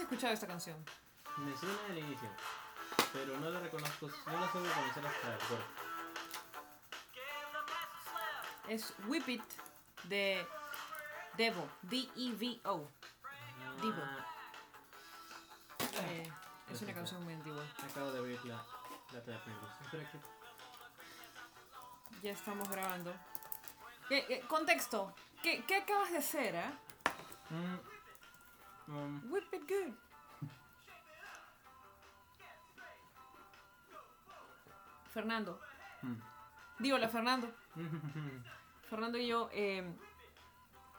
escuchado esta canción? Me suena del inicio, pero no la reconozco, no la suelo conocer hasta el coro. Es Whip It de Devo, E D-E-V-O. Divo. Ah, Eh, es una Perfecto. canción muy antigua. Ah, acabo de abrir la lata de Pringles. Espera que... Ya estamos grabando. ¿Qué- qué- contexto. ¿Qué, qué acabas de hacer, ah? Mm, mm, Whip It Good. Fernando. mm. Digo, la Fernando. Fernando y yo, eh,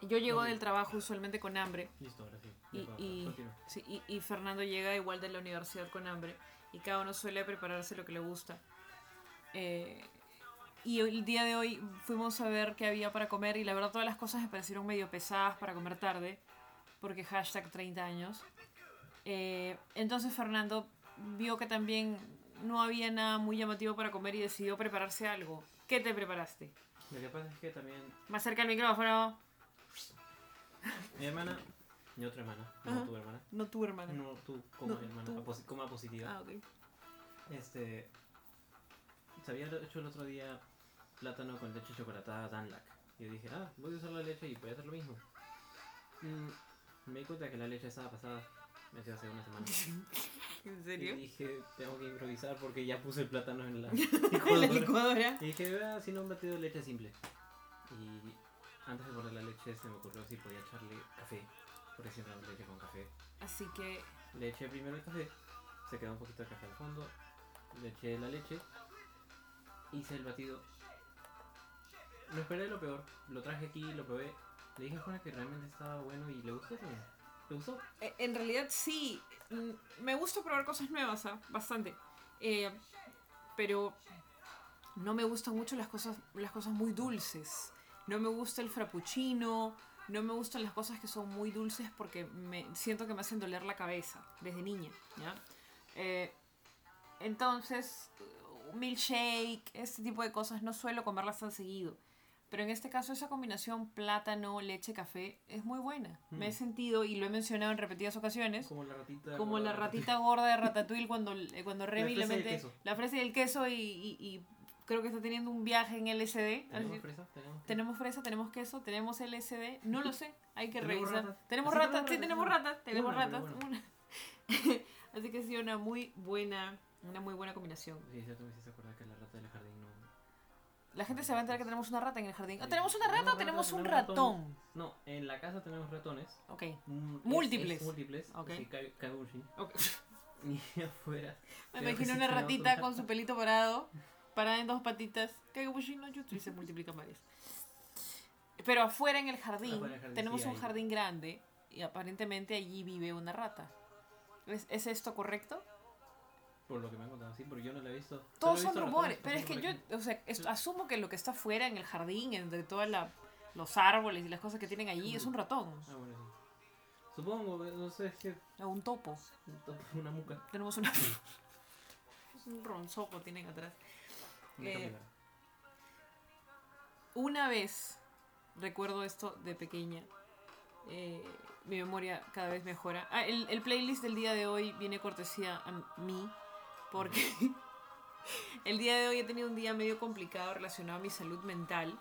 yo llego del trabajo usualmente con hambre Listo, ahora sí. ya y, puedo y, continuar. sí, y- y Fernando llega igual de la universidad con hambre y cada uno suele prepararse lo que le gusta. Eh, y el día de hoy fuimos a ver qué había para comer y la verdad todas las cosas me parecieron medio pesadas para comer tarde porque hashtag 30 años. Eh, entonces Fernando vio que también no había nada muy llamativo para comer y decidió prepararse algo. ¿Qué te preparaste? Lo que pasa es que también Más cerca el micrófono. mi hermana, mi otra hermana, Ajá. no tu hermana, No tu hermana. no tú como No, hermana, tú. aposi- como positiva. Ah, ok. Este. Se había hecho el otro día plátano con leche chocolatada Danlac. Y yo dije, ah, voy a usar la leche y voy a hacer lo mismo. Mm, me di cuenta que la leche estaba pasada. Me quedé hace una semana. ¿En Y serio? dije, tengo que improvisar porque ya puse el plátano en la ¿En la licuadora. licuadora? y dije, ah, si no, un batido de leche simple. Y antes de poner la leche se me ocurrió si podía echarle café. Porque siempre hago leche con café. Así que Le eché primero el café, se quedó un poquito de café al fondo, le eché la leche, hice el batido. No esperé lo peor, lo traje aquí, lo probé, le dije a Juana que realmente estaba bueno y le gustó también. ¿Le gustó? Eh, En realidad sí, mm, me gusta probar cosas nuevas, ¿ah? bastante. Eh, pero no me gustan mucho las cosas, las cosas muy dulces. No me gusta el frappuccino, no me gustan las cosas que son muy dulces porque me siento que me hacen doler la cabeza desde niña, ¿ya? Eh, entonces, un milkshake, este tipo de cosas no suelo comerlas tan seguido. Pero en este caso esa combinación plátano, leche, café es muy buena. Me he Mm. sentido y lo he mencionado en repetidas ocasiones Como la ratita. como la ratita gorda de Ratatouille cuando, eh, cuando Remy le fresa y el mete queso. la fresa y el queso y, y- y creo que está teniendo un viaje en LSD. ¿Tenemos Así- fresa? ¿Tenemos? Tenemos fresa, tenemos queso, tenemos LSD, no lo sé, hay que Tenemos revisar. ratas. Tenemos Sí, ratas, tenemos sí, ratas, tenemos una. ratas, tenemos ratas. Una, pero una. Así que ha sido una muy buena, una muy buena combinación. Sí, es cierto, me hiciste acordar que la rata del jardín no. La gente se va a enterar que tenemos una rata en el jardín. ¿O Sí. tenemos una rata o Tenemos tenemos rata, un tenemos ratón? No, en la casa tenemos ratones. Ok, mm, es- Múltiples. es múltiples. Ok. así cae- cae un chin. ok. Y afuera. Me Creo que imagino sí una tenemos ratita una con su pelito parado, parada en dos patitas, que no yo y se multiplican varias. Pero afuera en el jardín, Afuera en el jardín, tenemos sí, un hay. jardín grande y aparentemente allí vive una rata. ¿Es, es esto correcto? Por lo que me han contado, sí, porque yo no la he visto. Todos Solo he son visto rumores, ratones, pero es que por yo, aquí. o sea, es- Sí. asumo que lo que está afuera en el jardín, entre todos los árboles y las cosas que tienen allí, es un ratón Ah, bueno, sí. Supongo, eh, no sé, es que o un topo. una muca. Tenemos una... un ronzoco tienen atrás. Una Eh, camioneta. Una vez, recuerdo esto de pequeña, eh, mi memoria cada vez mejora. Ah, el, el playlist del día de hoy viene cortesía a mí, porque el día de hoy he tenido un día medio complicado relacionado a mi salud mental.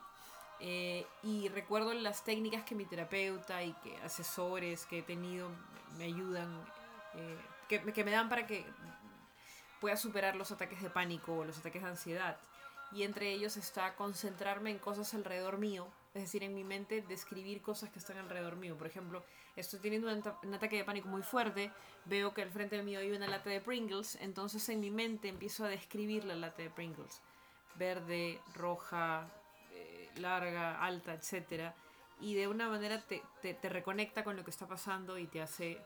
eh, y recuerdo las técnicas que mi terapeuta y que asesores que he tenido me ayudan, eh, que, que me dan para que pueda superar los ataques de pánico o los ataques de ansiedad y entre ellos está concentrarme en cosas alrededor mío, es decir, en mi mente describir cosas que están alrededor mío. Por ejemplo, estoy teniendo un, ata- un ataque de pánico muy fuerte, veo que al frente mío hay una lata de Pringles, entonces en mi mente empiezo a describir la lata de Pringles, verde, roja, eh, larga, alta, etcétera, Y de una manera te, te- te reconecta con lo que está pasando y te hace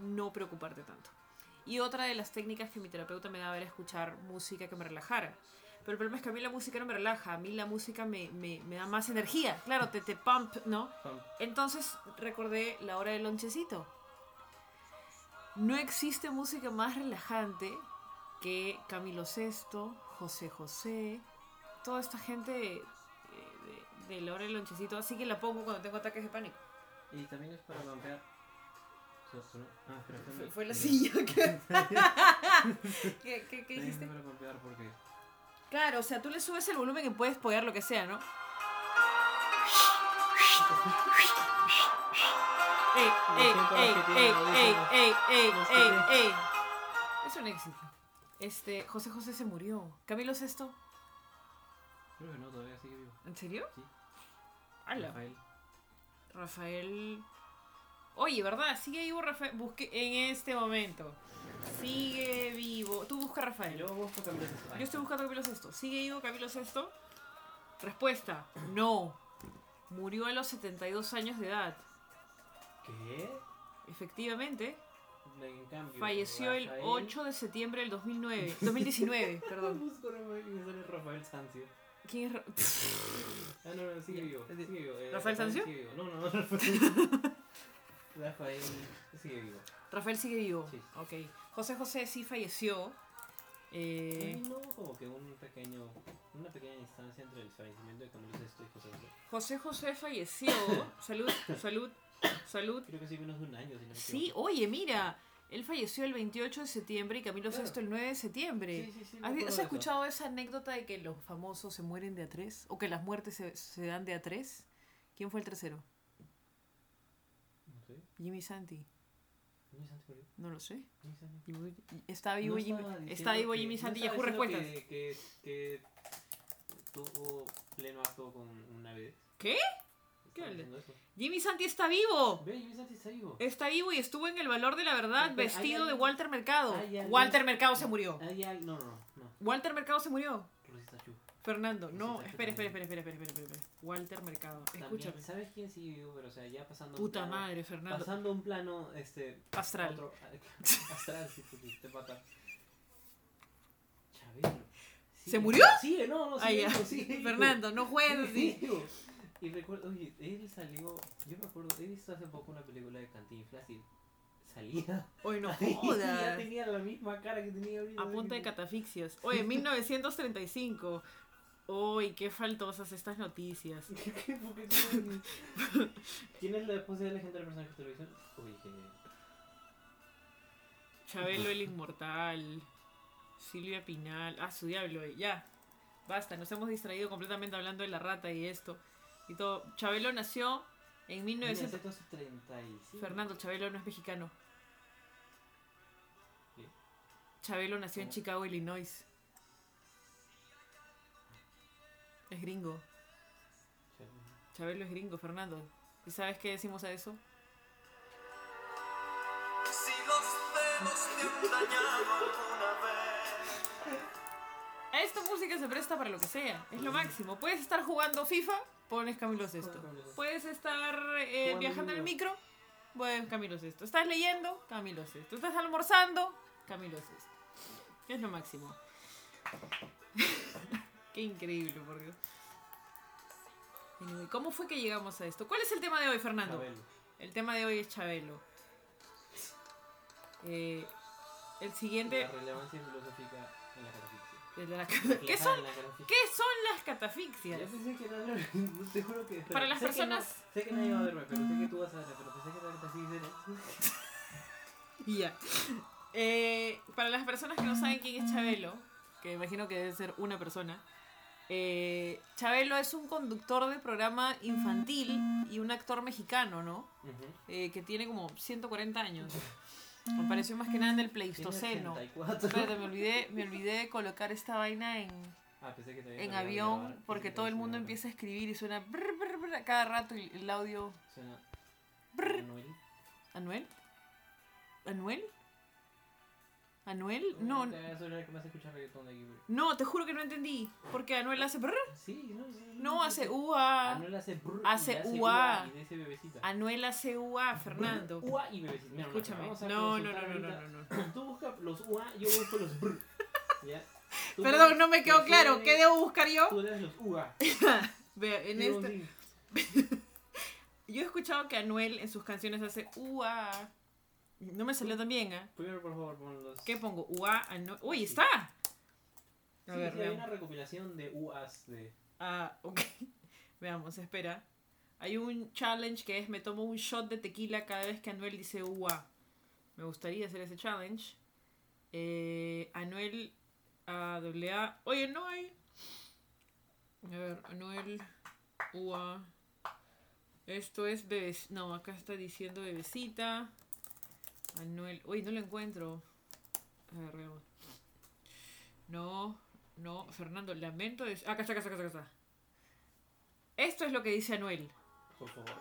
no preocuparte tanto. Y otra de las técnicas que mi terapeuta me daba era escuchar música que me relajara. Pero el problema es que a mí la música no me relaja, a mí la música me, me- me da más energía, claro, te, te pump, ¿no? Pam. Entonces recordé la hora del lonchecito. No existe música más relajante que Camilo Sesto, José José, toda esta gente eh, de, de la hora del lonchecito, así que la pongo cuando tengo ataques de pánico. Y también es para pampear. Su- su- Ah, pero esta Fue, no- fue la no. silla que... ¿Qué, qué, qué Déjame hiciste? golpear porque. Claro, o sea, tú le subes el volumen y puedes pegar lo que sea, ¿no? Ey, ey, siento, ey, es que tiene ey, ey, audífonos. ey, ey, Los ey, tiene. ey. Es un éxito. Este, José José se murió. ¿Camilo Sesto? Creo que no, todavía sigue vivo. ¿En serio? Sí. Ala. Rafael. Rafael. Oye, ¿verdad? Sigue vivo Rafael. Busque en este momento. Sigue vivo. Tú busca a Rafael. Yo busco también. Ay, Yo estoy buscando a Camilo Sesto. ¿Sigue vivo Camilo Sesto? Respuesta, no. Murió a los 72 años de edad. ¿Qué? Efectivamente, En cambio, falleció el Rafael- 8 de septiembre del 2009. 2019, perdón. Busco Rafael y me sale Rafael Sancio. ¿Quién es? Ra- Ah, no, no, sigue Ya. vivo. Sigue vivo. eh, ¿Rafael Sancio? sigue vivo. No, no, no, Rafael. Rafael sigue vivo. Rafael sigue vivo. Sí. Ok. José José sí falleció. Eh, Ay, no, como que un pequeño, una pequeña distancia entre el fallecimiento de Camilo Sesto y José José. José José falleció. Salud, salud, salud. Creo que sí, menos de un año, si no me Sí, equivoco. oye, mira. Él falleció el 28 de septiembre y Camilo Claro. Sesto el 9 de septiembre. sí, sí. me ¿Has, vi- has acuerdo de eso. escuchado esa anécdota de que los famosos se mueren de a tres? ¿O que las muertes se, se dan de a tres? ¿Quién fue el tercero? No sé. Jimmy Santi. Jimmy Santi murió. No lo sé. Jimmy Santi. Jimmy- Está vivo, No Jimmy, estaba diciendo está vivo que- Jimmy no Santi. estaba Yahoo diciendo respuestas. Que, que, que tuvo pleno acto con una vez. ¿Qué? ¿Qué habla? diciendo eso. Jimmy Santi está vivo. Ve, Jimmy Santi está vivo. Está vivo y estuvo en el valor de la verdad Pero, pero, vestido hay de alguien- Walter Mercado. hay alguien- Walter Mercado se murió. Ahí hay- No, no, no. no. Walter Mercado se murió. Rosita Chu. Fernando, Sí, no, sí, sí, espera, espera, también. espera, espera, espera, espera, espera. Walter Mercado, También, escúchame. ¿Sabes quién sigue vivo? Pero, o sea, ya pasando. un Puta plano- madre, Fernando. Pasando un plano, este. Astral. Otro, astral, si te, te pata. Chabelo. ¿Se Sigue- murió? Sigue, no, no, Ah, sigue. ya. vivo, sigue vivo. Fernando, no juegues. Sigue sí. vivo. Y recuerdo, oye, él salió. Yo me acuerdo, he visto hace poco una película de Cantinflas y salía. Hoy no ahí, Ya jodas. tenía la misma cara que tenía ahorita. A punta de catafixias. Oye, 1935. Uy, qué faltosas estas noticias. ¿Qué- qué- por qué tiene- ¿Quién es la esposa de la gente del personaje de televisión? Uy, genial. Chabelo el Inmortal. Silvia Pinal. Ah, su diablo, eh, ya. Basta, nos hemos distraído completamente hablando de la rata y esto. Y todo. Chabelo nació en 1900. 1935. Fernando, Chabelo no es mexicano. ¿Sí? Chabelo nació en ¿Cómo? Chicago, Illinois. Es gringo. Chabelo es gringo, Fernando. ¿Y sabes qué decimos a eso? Si los dedos te han dañado alguna vez. Esta música se presta para lo que sea, es lo máximo. Puedes estar jugando FIFA, pones Camilo Sesto. Camilo Sesto. Puedes estar eh, Jugando viajando en el libro. micro, bueno, Camilo Sesto. Estás leyendo, Camilo Sesto. Estás almorzando, Camilo Sesto. Es lo máximo. Qué increíble, por Dios. Anyway, ¿Cómo fue que llegamos a esto? ¿Cuál es el tema de hoy, Fernando? Chabelo. El tema de hoy es Chabelo. Eh, el siguiente... La relevancia filosófica en la catafixia. el de la- ¿Qué son En la catafixia. ¿Qué son las Yo catafixias? pensé que era la- no te juro que. Para las sé que personas- Mm. no- sé que nadie va a verme, pero sé que tú vas a verme, pero pensé que la catafixia era. Ya. Eh, para las personas que no saben quién es Chabelo, que imagino que debe ser una persona, eh, Chabelo es un conductor de programa infantil y un actor mexicano, ¿no? Ujú. Eh, que tiene como 140 años. Apareció más que nada en el Tiene Pleistoceno. 84. Espérate, me olvidé, me olvidé de colocar esta vaina en, Ah, pensé que también en había avión grabar. porque Pensé que todo el también mundo había grabar. empieza a escribir y suena brr, brr, brr a cada rato y el audio. Suena. Brr. Manuel. ¿Anuel? ¿Anuel? ¿Anuel? No, Te vas a olvidar que vas a escuchar reggaetón de aquí, bro. no, te juro que no entendí. Porque Anuel hace brr, Sí, no, sí, no hace U. UA. Manuel hace brr. y Hace le hace ua. Y de ese bebecita. Anuel hace UA, Fernando. UA y bebecita. Mira, Marta, Escúchame. vamos a No, no, no, consultar no, ahorita. no, no, no. Tú buscas los UA, yo busco los brr. ¿Ya? Tú Perdón, ves- no me quedó claro. Tú ¿Qué debo buscar yo? Tú lees los UA. Vea, en Digo, este- sí. Yo he escuchado que Anuel en sus canciones hace UA. No me salió tan bien, ¿ah? Primero, por favor, pon los. ¿Qué pongo? UA, Anuel. ¡Uy, está! Sí, A ver, sí, hay veamos. una recopilación de UAs de. Ah, ok. Veamos, espera. Hay un challenge que es me tomo un shot de tequila cada vez que Anuel dice UA. Me gustaría hacer ese challenge. Eh, Anuel a AA. Oye, no hay. A ver, Anuel UA. Esto es bebes. No, acá está diciendo bebecita. Anuel. Uy, no lo encuentro. A ver, veamos. No, no, Fernando, lamento des- Ah, acá está, acá está, acá está, acá está. Esto es lo que dice Anuel. Por favor.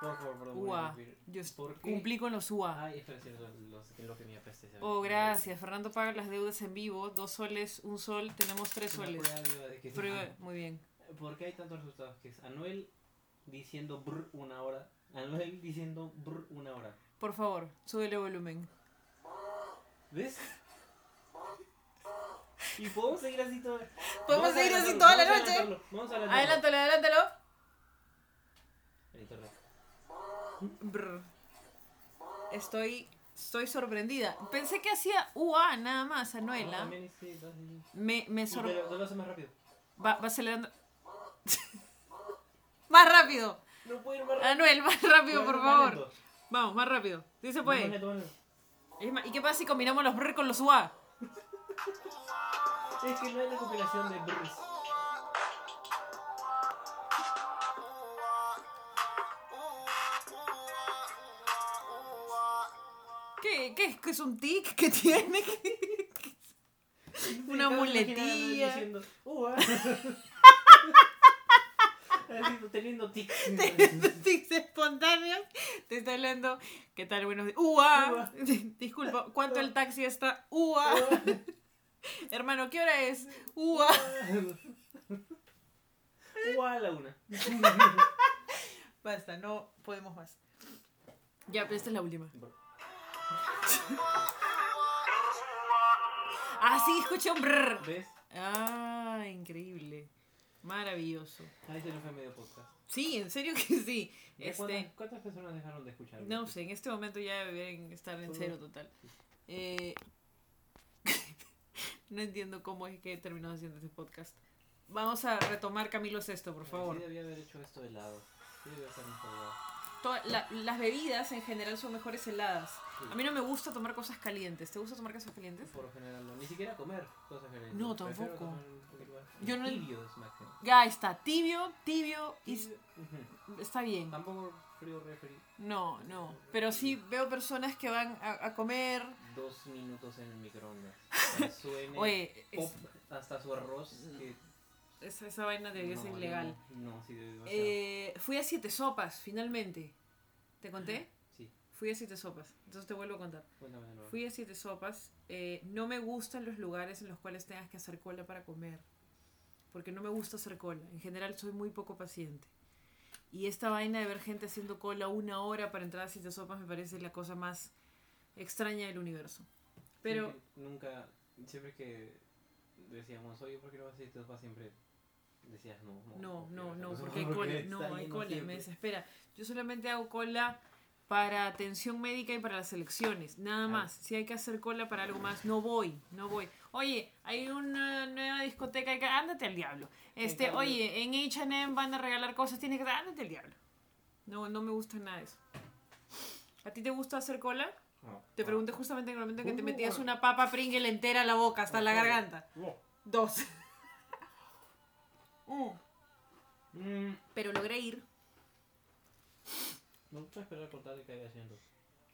Por favor, perdón. voy a UA. interrumpir. Yo est- ¿Por qué? cumplí con los UA. Ay, espera, sí, lo, lo, lo que me apeste. ¿sabes? Oh, gracias. Fernando paga las deudas en vivo. Dos soles, un sol. Tenemos tres Una soles. prueba viva de que- Prueba. Muy bien. ¿Por qué hay tantos resultados? Que es Anuel diciendo brr una hora. Anuel diciendo brr una hora. Por favor, súbele volumen. ¿Ves? Y podemos seguir así todo. Podemos vamos a seguir así adelantarlo, toda la vamos a noche. adelantarlo, Vamos a adelantarlo. Adelántalo, adelántalo. Editorlo. Brr. Estoy, estoy sorprendida. Pensé que hacía UA nada más, Anuel. No, ¿ah? también sí, todo así. Me, me Y te sorprende. lo- te lo hace más rápido. Va, va acelerando. más rápido. No puede ir más rápido. Anuel, más Ah, rápido, Puede por ir más favor. lento. Vamos, más rápido. Sí se Más puede. lento, más lento. Es más, ¿Y qué pasa si combinamos los brr con los UA? Es que no hay la compilación de brr. ¿Qué, qué es? ¿Qué es un tic que tiene? Una muletilla. Diciendo, "Uh, ah". Así, Teniendo tic. tics espontáneos. Te está hablando. ¿Qué tal? Buenos días. ¡Ua! Ua. Disculpa, ¿cuánto el taxi está? ¡Ua! Hermano, ¿qué hora es? ¡Ua! Ua a la una. Basta, no podemos más. Ya, pero esta es la última. Ah, sí, escuché un brrr. ¿Ves? Ah, increíble. Maravilloso. Ahí se nos fue medio podcast. Sí, en serio que sí. ¿Ya Este- cuántas- ¿Cuántas personas dejaron de escuchar? No sé, en este momento ya deberían estar en Solo- cero total. Eh, no entiendo cómo es que terminamos haciendo este podcast. Vamos a retomar Camilo Sesto, por favor. Sí debía haber hecho esto de lado. Sí debía haber hecho de lado. Toda- la- las bebidas en general son mejores heladas. A mí no me gusta tomar cosas calientes. ¿Te gusta tomar cosas calientes? Por lo general no. Ni siquiera comer cosas generales. No, Prefiero tampoco. tomar un poquito más. Yo no- Tibio es máximo. Ya está, tibio, tibio y s- Tibio. Ujú. está bien. Tampoco frío refri. No, no. Pero sí veo personas que van a, a comer. Dos minutos en el microondas. Para Suene Oye, es- pop hasta su arroz. Que esa, esa vaina debería no, ser no, ilegal. No, no, sí, demasiado. Eh, fui a Siete Sopas, finalmente. ¿Te conté? Sí, Fui a Siete Sopas. Entonces te vuelvo a contar. cuéntame de nuevo. Fui a Siete Sopas. eh, no me gustan los lugares en los cuales tengas que hacer cola para comer. Porque no me gusta hacer cola. En general soy muy poco paciente. Y esta vaina de ver gente haciendo cola una hora para entrar a Siete Sopas me parece la cosa más extraña del universo. Pero Siempre- nunca, siempre que decíamos, oye, ¿por qué no vas a ir Entonces, vas siempre? Decías, no, No, no, porque- no, porque hay cola, no, está hay lleno cola, me siempre". desespera. Yo solamente hago cola para atención médica y para las elecciones, nada Ah. más. Si hay que hacer cola para algo más, no voy, no voy. Oye, hay una nueva discoteca, hay que- ándate al diablo. Este, cambio- oye, en H&M van a regalar cosas, tienes que ándate al diablo. No, no me gusta nada de eso. ¿A ti te gusta hacer cola? No. Te No. pregunté justamente en el momento en que te Ah. Uh, metías bueno. una papa Pringle entera a la boca, hasta la No. garganta. No. Dos. Uh. Mm. Mm, Pero logré ir. me gusta esperar por tarde que haya haciendo.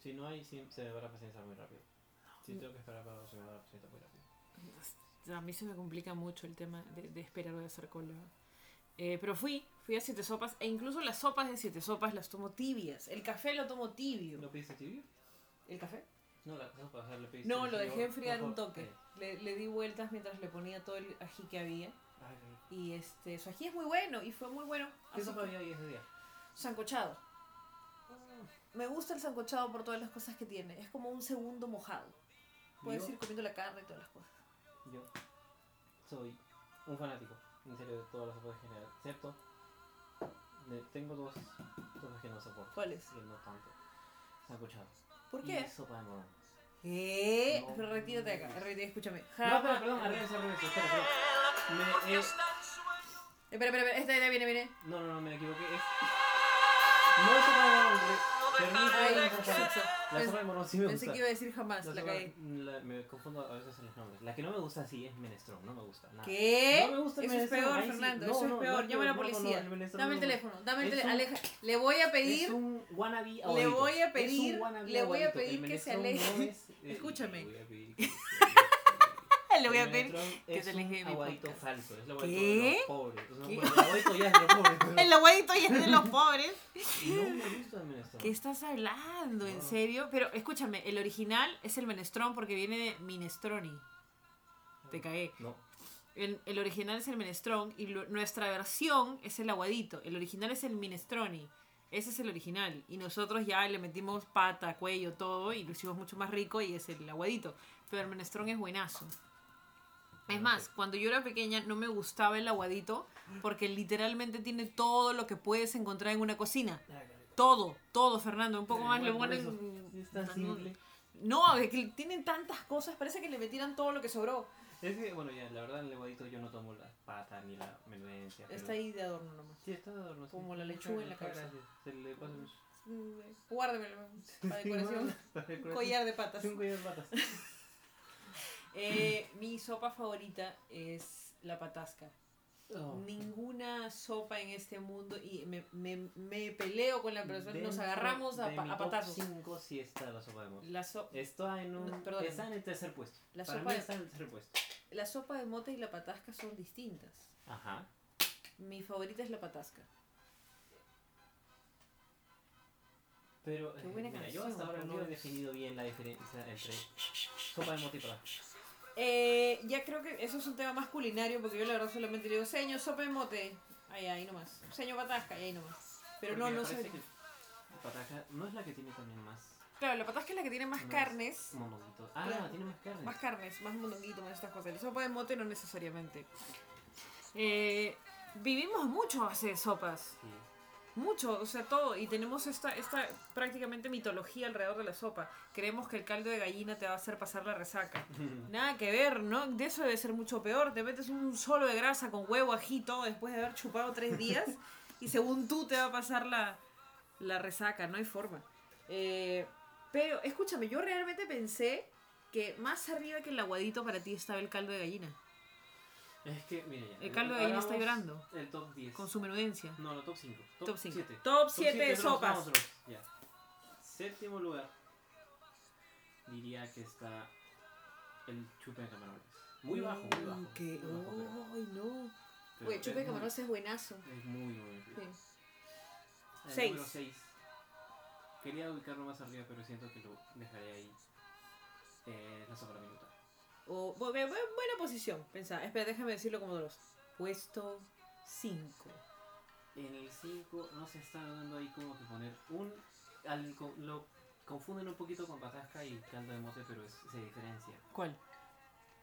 Si no hay, sí, se me va la paciencia muy rápido. Mm. Si tengo que esperar para algo, se me va la paciencia muy rápido. A mí se me complica mucho el tema de, de esperar o de hacer cola. Eh, pero fui, fui a Siete Sopas e incluso las sopas de Siete Sopas las tomo tibias. El café lo tomo tibio. ¿No pediste tibio? ¿El café? No, la cosa para hacerle pediste. No, lo dejé enfriar un toque. eh. Le, le di vueltas mientras le ponía todo el ají que había. Y este, su ají es muy bueno y fue muy bueno. ¿Qué Así sopa que- había ahí ese día? Mm, Sancochado. Me gusta el sancochado por todas las cosas que tiene. Es como un segundo mojado. Puedes Yo- ir comiendo la carne y todas las cosas. Yo soy un fanático, en serio, de todas las sopas en general, excepto. de- tengo dos sopas que no soporto. ¿Cuáles? Que no tanto. Sancochado. ¿Por Y qué? Ah, sopa de morón. Eh, No. pero retírate de acá, retírate, escúchame. No, Ja- espera, perdón, al revés, al revés, espera, espera. Me, eh, Espera, espera, espera, esta idea viene, viene. no, no, no, me equivoqué. Es... No es sopa de mono, Ay, permíteme, por favor. chuzo. Ah, La sopa de mono sí me gusta. Pues, Pensé que iba a decir jamás, La la sopa- caí. la- me confundo a veces en los nombres. La que no me gusta sí es Menestrón, no me gusta nada. ¿Qué? Ah. No me gusta el eso es menestrón, peor, ahí sí. Fernando, No, eso no, es peor. no, Llama a la no, no, no, policía. el menestrón Dame el no. teléfono, dame el Es teléfono. un- Aleja. Le voy a Es pedir. un wannabe Le abuelito. voy a Es un pedir- wannabe le voy a abuelito. pedir El que se aleje. Menestrón no es- eh, Escúchame. le voy a pedir que se- Le voy el a pedir. Menestrón que se es aleje de un mi aguadito podcast. falso, es el ¿Qué? aguadito de los pobres. Entonces, ¿Qué? bueno, el aguadito ya es de los pobres, pero El abuelito y es de los pobres. No me gusta el Menestrón. ¿Qué estás hablando? ¿En No. serio? Pero escúchame, el original es el menestrón porque viene de minestroni. Te cagué. No. El, el original es el menestrón y lo- nuestra versión es el aguadito. El original es el minestroni. Ese es el original. Y nosotros ya le metimos pata, cuello, todo y lo hicimos mucho más rico y es el aguadito. Pero el menestrón es buenazo. Es más, cuando yo era pequeña no me gustaba el aguadito porque literalmente tiene todo lo que puedes encontrar en una cocina. Todo, todo, Fernando. Un poco Eh, más le bueno, por ponen. eso. Es tan no, simple. No, es que tienen tantas cosas, parece que le metieran todo lo que sobró. Es que, bueno, ya, la verdad, el aguadito yo no tomo la pata ni la menudencia. pero- Está ahí de adorno nomás. Sí, está adorno. sí. Como la lechuga en la Muchas cabeza. gracias. Se le pasa mucho. Mm, Guárdamelo para Sí, decoración. bueno, para Un decoración. collar de patas. Sí, un collar de patas. Eh, mi sopa favorita es la patasca. Oh. Ninguna sopa en este mundo y me, me- me peleo con la persona. Nos Dentro agarramos a, de pa- mi Eh. a top patazos. cinco sí está la sopa de mono. La, so- Está en un. No, perdóname. está en el tercer puesto. La Para sopa mí de- está en el tercer puesto. la sopa de mota y la patasca son distintas. Ajá. Mi favorita es la patasca. Pero. Qué eh, buena mira, canción, yo hasta ahora por no he Dios. definido bien la diferencia entre sopa de moto y patas. Eh, ya creo que eso es un tema más culinario porque yo la verdad solamente le digo, señor, sopa de mote, ahí, ahí nomás. Señor, patasca, ahí nomás. Pero no, Porque me no sé. parece que Pataca no es la que tiene también más Claro, la patasca es la que tiene más No es- carnes, monoditos. Ah, Claro. tiene más carne. más carnes, más mondonguito, más estas cosas. La sopa de mote no necesariamente. Eh, vivimos mucho hace sopas, Sí. mucho, o sea, todo. Y tenemos esta, esta prácticamente mitología alrededor de la sopa. Creemos que el caldo de gallina te va a hacer pasar la resaca. Nada que ver, ¿no? De eso debe ser mucho peor. Te metes un solo de grasa con huevo, ajito, después de haber chupado tres días y según tú te va a pasar la, la resaca, no hay forma. Eh, pero escúchame, yo realmente pensé que más arriba que el aguadito para ti estaba el caldo de gallina, Es que, mire ya. El caldo de gallina está hagamos llorando. El top 10. con su menudencia. No, no, top 5. Top 5. siete. Top Top 7 siete, de no, nos sopas. vamos nosotros, Ya. Séptimo lugar. Diría que está el chupe de camarones. Muy bajo, muy bajo. Uh, que- muy bajo, pero- Ay, no. pero Güey, chupe de es muy- camarones es buenazo. Es muy, muy rico. Sí. El Seis. número 6. Quería ubicarlo más arriba, pero siento que lo dejaré ahí. Eh, la sopa de la minuta. O, bu- bu- bu- buena posición, pensá. Espera, déjame decirlo como dos. Puesto 5. En el 5 no se está dando ahí como que poner un... al- co- lo confunden un poquito con patasca y caldo de mote, pero es- se diferencia. ¿Cuál?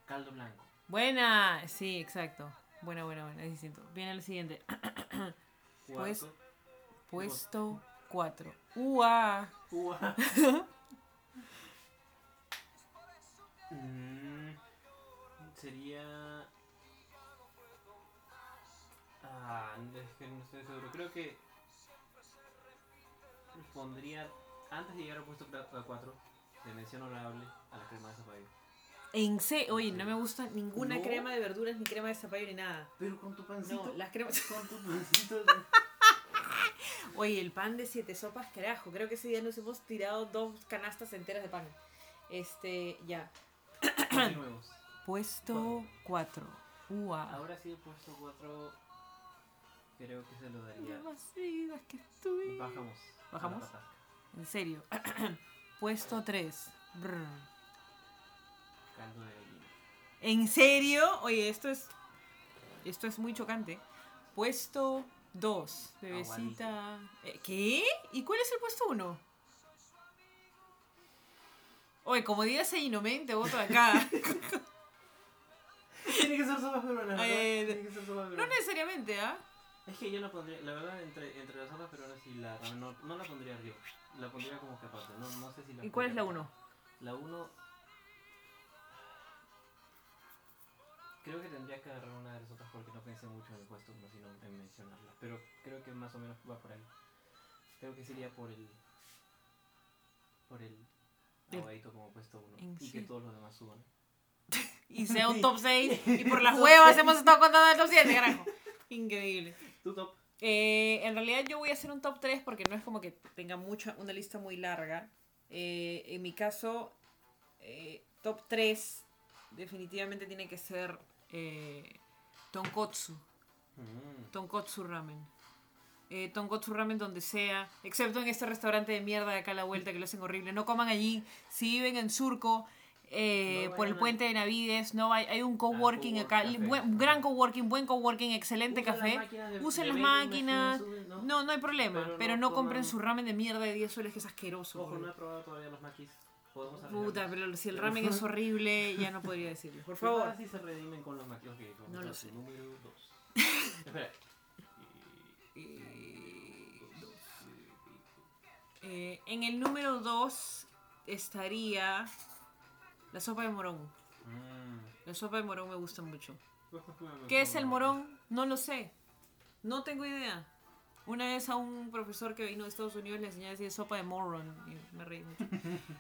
Caldo blanco. Buena, sí, exacto. Buena, buena, buena, es distinto. Viene el siguiente. Cuarto, Pues- Puesto 4. ¡Ua! uva. Mm, sería... Ah, es que no estoy seguro. Creo que pondría, antes de llegar al puesto 4, de mención honorable a la crema de zapallo. En C, oye, no me gusta ninguna No. crema de verduras, ni crema de zapallo, ni nada. Pero con tu pancito. No, las cremas. Con tu pancito. Oye, el pan de siete sopas, carajo. Creo que ese día nos hemos tirado dos canastas enteras de pan. Este, ya. Continuemos. Puesto 4. ¡Ua! Ahora sí, el puesto 4 creo que se lo daría. Demasiadas que estoy. Bajamos. a la ¿Bajamos? patasca. En serio. Puesto 3. Caldo de gallina. ¿En serio? Oye, esto es. Esto es muy chocante. Puesto 2. Bebecita. Eh, ¿Qué? ¿Y cuál es el puesto 1? Oye, como digas ahí, no me te voto de acá. Tiene que ser sopa peruana. ¿verdad? Eh, Tiene que ser sopa no peruana. necesariamente, ¿ah? Es que yo la pondría, la verdad, entre, entre las sopas peruanas y la ramen, no, no la pondría arriba. La pondría como que aparte. No, no sé si la ¿Y cuál es la pondría 1? aparte. La 1 Creo que tendría que agarrar una de las otras porque no pensé mucho en el puesto uno, sino en mencionarla. Pero creo que más o menos va por ahí. Creo que sería por el. por el. El- aguadito como puesto uno. en Y sí. que todos los demás suban. Y sea un top 6. Y por las Top huevas seis. hemos estado contando el top 7, carajo. Increíble. Tu top. Eh, en realidad yo voy a hacer un top 3 porque no es como que tenga mucha, una lista muy larga. Eh, en mi caso, eh, top 3 definitivamente tiene que ser eh, Tonkotsu. Mm. Tonkotsu Ramen. Eh, tonkotsu Ramen donde sea, excepto en este restaurante de mierda de acá a la vuelta que lo hacen horrible. No coman allí. Si viven en Surco, eh, No por el vayan a- puente de Navides, no hay, hay un coworking cowork acá. café. buen- gran coworking, buen coworking, excelente Usa las café. máquinas de- Usen de las vender, máquinas. imagínense, ¿no? No, no hay problema, pero Pero no, no compren coman- su ramen de mierda de 10 soles que es asqueroso. Ojo, boludo. no he probado todavía los maquis. Podemos arreglarlo. Puta, pero si el ramen es horrible, ya no podría decirlo. Por Por favor. favor. si se redimen con los maquios que con No el lo sé. Número 2. Espera. Eh, en el número 2 estaría la sopa de morón. Mm. La sopa de morón me gusta mucho. ¿Qué es el morón? No lo sé. No tengo idea. Una vez a un profesor que vino de Estados Unidos le enseñé a decir sopa de morón. Y me reí mucho.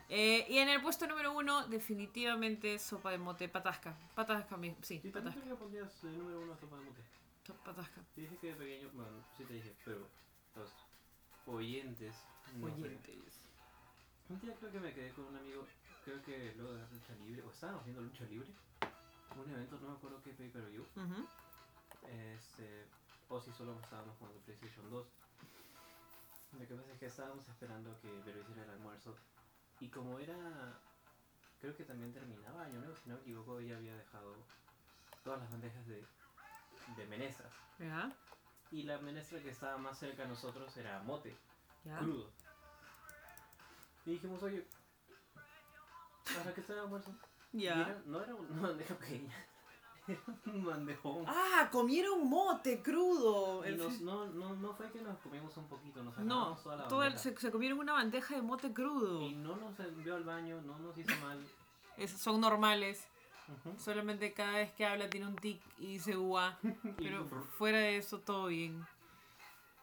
Eh, y en el puesto número uno, definitivamente sopa de mote. Patasca. Patasca, mi- sí, Y patasca. también creo que pondrías el número 1 sopa de mute. so- Patasca. Te dije que de pequeño. Bueno, sí te dije, pero. Los oyentes. no sé. Un día creo que me quedé con un amigo. Creo que luego de la lucha libre. O estábamos viendo lucha libre. Un evento, no me acuerdo qué pay per view. Ujú. Este, o si solo estábamos jugando PlayStation 2. Lo que pasa es que estábamos esperando que Vero hiciera el almuerzo. Y como era. Creo que también terminaba año nuevo, si no me equivoco, ella había dejado todas las bandejas de, de menestras. Ya, Y la menestra que estaba más cerca a nosotros era mote, ya. crudo. Y dijimos, oye, ¿para qué está el almuerzo? Y Ya. era- no era una bandeja pequeña, era un bandejón. Ah, comieron mote crudo. Y El- nos- no, no, no fue que nos comimos un poquito, nos No, agarramos toda la todo el- bandeja. se, se comieron una bandeja de mote Y crudo. no nos envió al baño, no nos hizo mal. Es- son normales. Ujú. Solamente cada vez que habla tiene un tic y dice guá. Y- Pero fuera de eso, todo bien.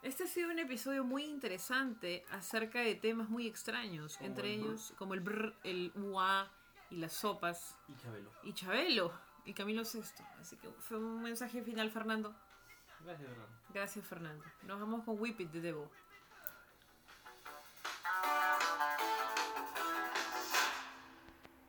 Este ha sido un episodio muy interesante acerca de temas muy extraños, Como entre el brr. ellos como el brr, el uá y las sopas, y Chabelo. y Chabelo y Camilo VI. Así que fue un mensaje final, Fernando. Gracias, Fernando. Gracias, Fernando. Nos vamos con Whip It de Debo.